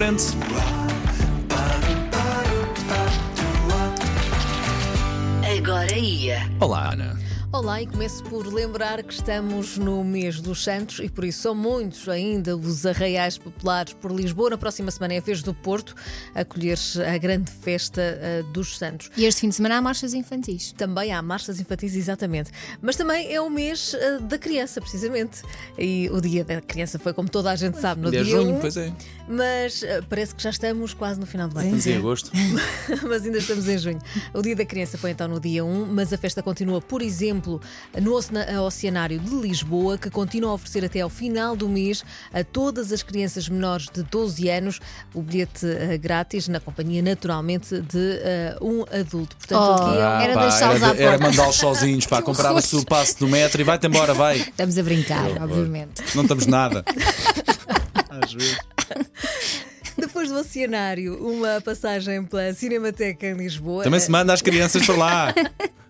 repente. Agora ia. Olá, Ana. Olá, e começo por lembrar que estamos no mês dos Santos e por isso são muitos ainda os arraiais populares por Lisboa. Na próxima semana é a vez do Porto acolher a grande festa ah, dos Santos. E este fim de semana há marchas infantis. Também há marchas infantis, exatamente. Mas também é o mês ah, da criança, precisamente. E o dia da criança foi, como toda a gente sabe, no Ainda dia é junho, 1, pois é. mas ah, parece que já estamos quase no final do ano. Estamos em agosto. mas ainda estamos em junho. O Dia da Criança foi então no dia 1, mas a festa continua, por exemplo, no Ocena- Oceanário de Lisboa, que continua a oferecer até ao final do mês a todas as crianças menores de 12 anos o bilhete eh, grátis, na companhia naturalmente de eh, um adulto. Portanto, Oh. aqui é um- Ah. Era pá, deixá-los era, à de- era porta. mandá-los sozinhos, pá. Comprava-se o passo do metro e vai-te embora, vai. Estamos a brincar, obviamente. Não estamos nada. Às vezes. Depois do Oceanário, uma passagem pela Cinemateca em Lisboa. Também Eh, se manda as crianças para lá.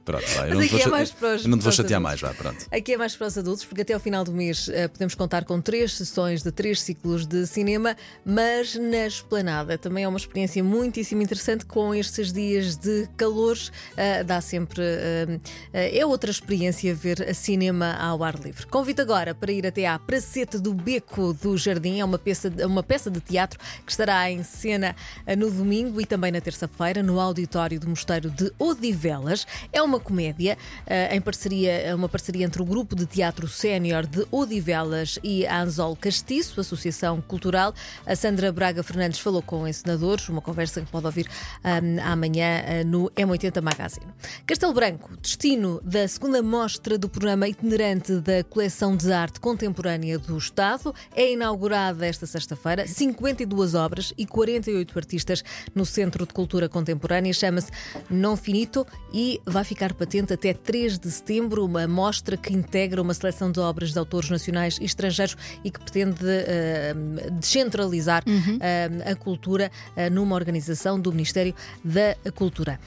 Pronto, vai. eu Mas não te aqui vou é cha- mais para os- eu não te vou para os chatear adultos. mais, vá, pronto. Aqui é mais para os adultos, porque até ao final do mês eh, podemos contar com três sessões de três ciclos de cinema, mas na esplanada. Também é uma experiência muitíssimo interessante com estes dias de calor. eh, dá sempre. eh, eh, é outra experiência ver cinema ao ar livre. Convido agora para ir até à Pracete do Beco do Jardim. É uma peça, uma peça de teatro que estará em cena eh, no domingo e também na terça-feira no auditório do Mosteiro de Odivelas. É uma comédia eh, em parceria, é uma parceria entre o grupo de teatro sénior de Odivelas e a Anzol Castiço, Associação Cultural. A Sandra Braga Fernandes falou com encenadores, uma conversa que pode ouvir ahm, amanhã ah, no M80 Magazine. Castelo Branco, destino da segunda mostra do programa itinerante da coleção de arte contemporânea do Estado, é inaugurada esta sexta-feira. 52 obras e 48 artistas no Centro de Cultura Contemporânea. Chama-se Non Finito e vai ficar patente até 3 de setembro. Uma mostra que integra uma seleção de obras de autores nacionais e estrangeiros e que pretende eh, descentralizar eh, a cultura eh, numa organização do Ministério da Cultura.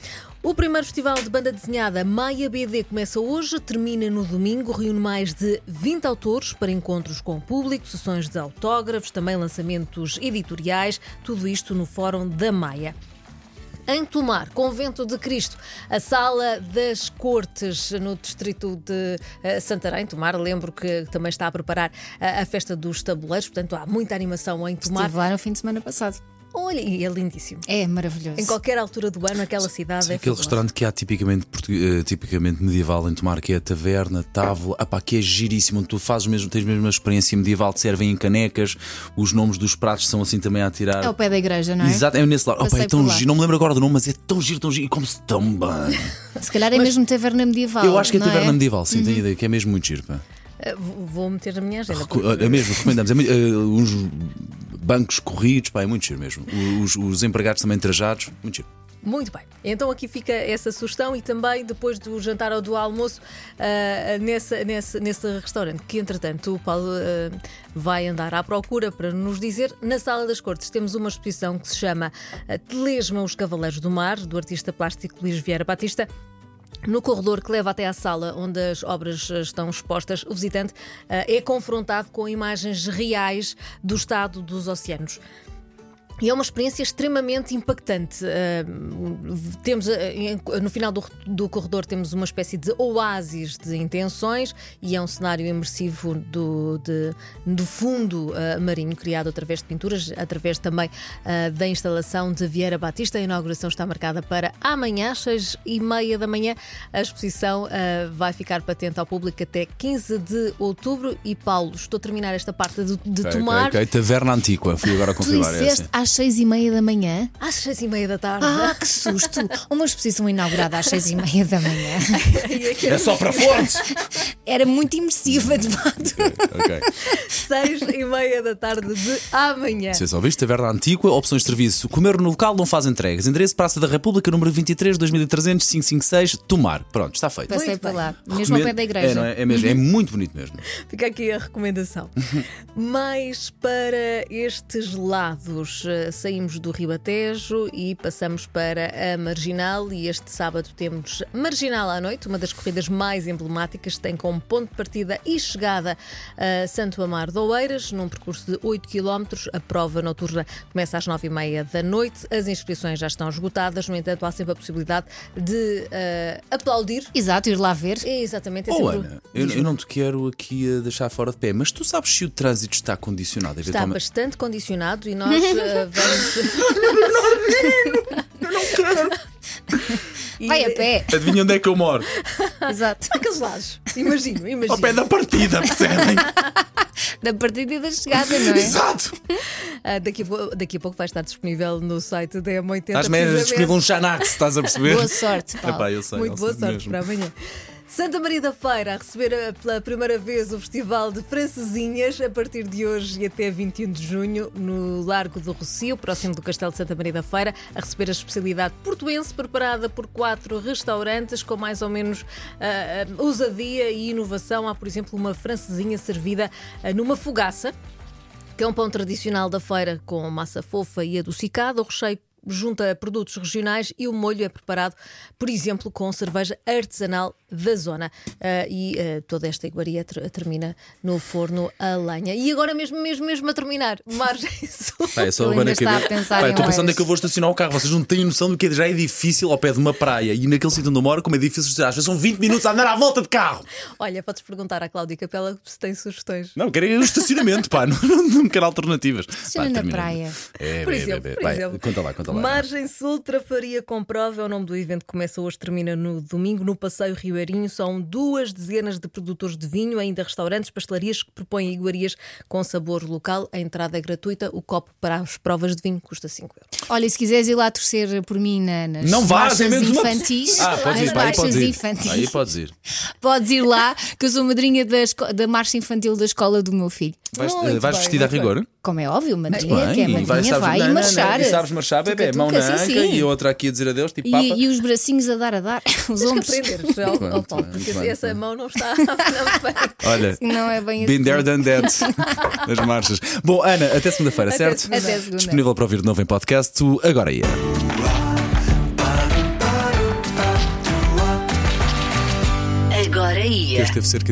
O primeiro festival de banda desenhada Maia BD começa hoje, termina no domingo, reúne mais de 20 autores para encontros com o público, sessões de autógrafos, também lançamentos editoriais, tudo isto no Fórum da Maia. Em Tomar, Convento de Cristo, a Sala das Cortes no distrito de eh, Santarém. Tomar, lembro que também está a preparar eh, a festa dos tabuleiros, portanto há muita animação em Tomar. Estive lá no fim de semana passado. Olha, e é lindíssimo. É maravilhoso. Em qualquer altura do ano, aquela cidade é Aquele fabulosa. restaurante que há tipicamente, portu- eh, tipicamente medieval em Tomar, que é a taverna, távola, ah pá, que é giríssimo, onde tu fazes mesmo, tens mesmo a experiência medieval, te servem em canecas, os nomes dos pratos são assim também a tirar. É o pé da igreja, não é? Exato, é nesse lado. Oh, pá, Passei é tão por lá. giro, não me lembro agora do nome, mas é tão giro, tão giro, e come-se tão bem. Se calhar é mesmo taverna medieval. Eu acho que é a não Uhum. taverna medieval, sim, tenho ideia, que é mesmo muito giro, pá. Eh, vou- Vou meter na minha agenda. Recu- É mesmo, recomendamos. É muito- eh, uns bancos corridos, pá, é muito giro mesmo. Os, os empregados também trajados, muito giro. Muito bem, então aqui fica essa sugestão e também depois do jantar ou do almoço ah, nessa, nesse, nesse restaurante, que entretanto o Paulo ah, vai andar à procura para nos dizer. Na Sala das Cortes temos uma exposição que se chama ah, Telesma, os Cavaleiros do Mar, do artista plástico Luís Vieira Batista. No corredor que leva até à sala onde as obras eh, estão expostas, o visitante ah, é confrontado com imagens reais do estado dos oceanos. E é uma experiência extremamente impactante. Ahm, temos eh, em- no final do, do corredor temos uma espécie de oásis de intenções e é um cenário imersivo do, de- do fundo eh, marinho criado através de pinturas, através também ah, da instalação de Vieira Batista. A inauguração está marcada para amanhã, às seis e meia da manhã. A exposição ah, vai ficar patente ao público até 15 de outubro. E Paulo, estou a terminar esta parte de, de tomar. Ok, ok, Taverna Antiqua, fui agora Tu confirmar é assim. disseste essa. às seis e meia da manhã? Às seis e meia da tarde. Ah, que susto! Uma exposição inaugurada às seis e meia da manhã. É só para fortes! Era muito imersiva, de facto. ok. É. seis e meia da tarde de amanhã. Vocês ouviste? Taverna Antiqua, opções de serviço. Comer no local não faz entregas. Endereço Praça da República, número 23, 2300 556, Tomar. Pronto, está feito. Passei Muito por bem. lá, mesmo ao pé Recomendo- da igreja. Uhum. É, não é? É mesmo, é muito bonito mesmo. Fica aqui a recomendação. Mais para estes lados, eh, eh, saímos do Ribatejo e passamos para a Marginal. E este sábado temos Marginal à noite, uma das corridas mais emblemáticas, tem como ponto de partida e chegada a Santo Amaro de Oeiras, num percurso de 8 km. A prova noturna começa às 9h30 da noite. As inscrições já estão esgotadas, no entanto, há sempre a possibilidade de eh, aplaudir. Exato, ir lá ver. É, Exatamente, é Oh, sempre o- Ana, eu, eu não te quero aqui a deixar fora de pé, mas tu sabes se o trânsito está condicionado? Está eventualmente? bastante condicionado e nós eh, vamos. E Vai a de- pé. Adivinha onde é que eu moro? Exato. eh, Aqueles lados. Imagino, imagino. Ao pé da partida, percebem? Da partida e da chegada, não é? Exato! Ah, daqui, a, pou- daqui a pouco vai estar disponível no site da M80. Estás mesmo precisamente. disponível um Xanax, estás a perceber? Boa sorte, Paulo. Epá, eu sei, Muito eu boa sei sorte mesmo. para amanhã. Santa Maria da Feira a receber eh, pela primeira vez o Festival de Francesinhas a partir de hoje e até 21 de junho no Largo do Rocio, próximo do Castelo de Santa Maria da Feira, a receber a especialidade portuense preparada por quatro restaurantes com mais ou menos ah, ah, ousadia e inovação. Há, por exemplo, uma francesinha servida ah, numa fogaça que é um pão tradicional da feira com massa fofa e adocicada. O recheio junta a produtos regionais e o molho é preparado, por exemplo, com cerveja artesanal da zona. Ah, e ah, toda esta iguaria ter- termina no forno a lenha. E agora mesmo, mesmo, mesmo a terminar, margem sul. Pá, é só Ele agora ainda na está a cabeça. pensar Pá, em estou pensando onde é horas. que eu vou estacionar o carro. Vocês não têm noção do que é, já é difícil ao pé de uma praia. E naquele sítio onde eu moro, como é difícil estacionar, às vezes são 20 minutos a andar à volta de carro. Olha, podes perguntar à Cláudia Capela se tem sugestões. Não, quero ir ao estacionamento, pá. Não, não, não quero alternativas. Estaciona na termina. praia. É, Por é, é, exemplo, é. por Vai, exemplo. Conta lá, conta lá. Margem Sul, Trafaria com Prova é o nome do evento que começa hoje, termina no domingo, no Passeio Ribeirinho. São duas dezenas de produtores de vinho, ainda restaurantes, pastelarias que propõem iguarias com sabor local. A entrada é gratuita, o copo para as provas de vinho custa 5 euros. Olha, e se quiseres ir lá torcer por mim na- nas Não vás, é marchas menos uma. infantis, Ah, podes ir, nas pá, aí podes marchas ir. infantis, Aí podes ir. podes ir lá, que eu sou madrinha da, esco- da marcha infantil da escola do meu filho. Vais, Muito vais bem, vestida a muito bem. rigor? Como é óbvio, madrinha, Bem, que é e vais, madrinha, sabes, vai não, e não, não, marchar. e sabes marchar, Tuca, bebê, mão tuca, na é, sim, anca assim, sim. e a outra aqui a dizer adeus, tipo papa. E, e os bracinhos a dar, a dar, os Tens que ombros. aprender, Joel, Muito bem, ao Paulo, muito porque bem, essa muito bem. mão não está. não bem. Olha, Não é bem Been assim. there, done that. Nas marchas. Bom, Ana, até segunda-feira, certo? segunda. Até segunda. Disponível para ouvir de novo em podcast. o Agora ia. Agora ia. Este teve cerca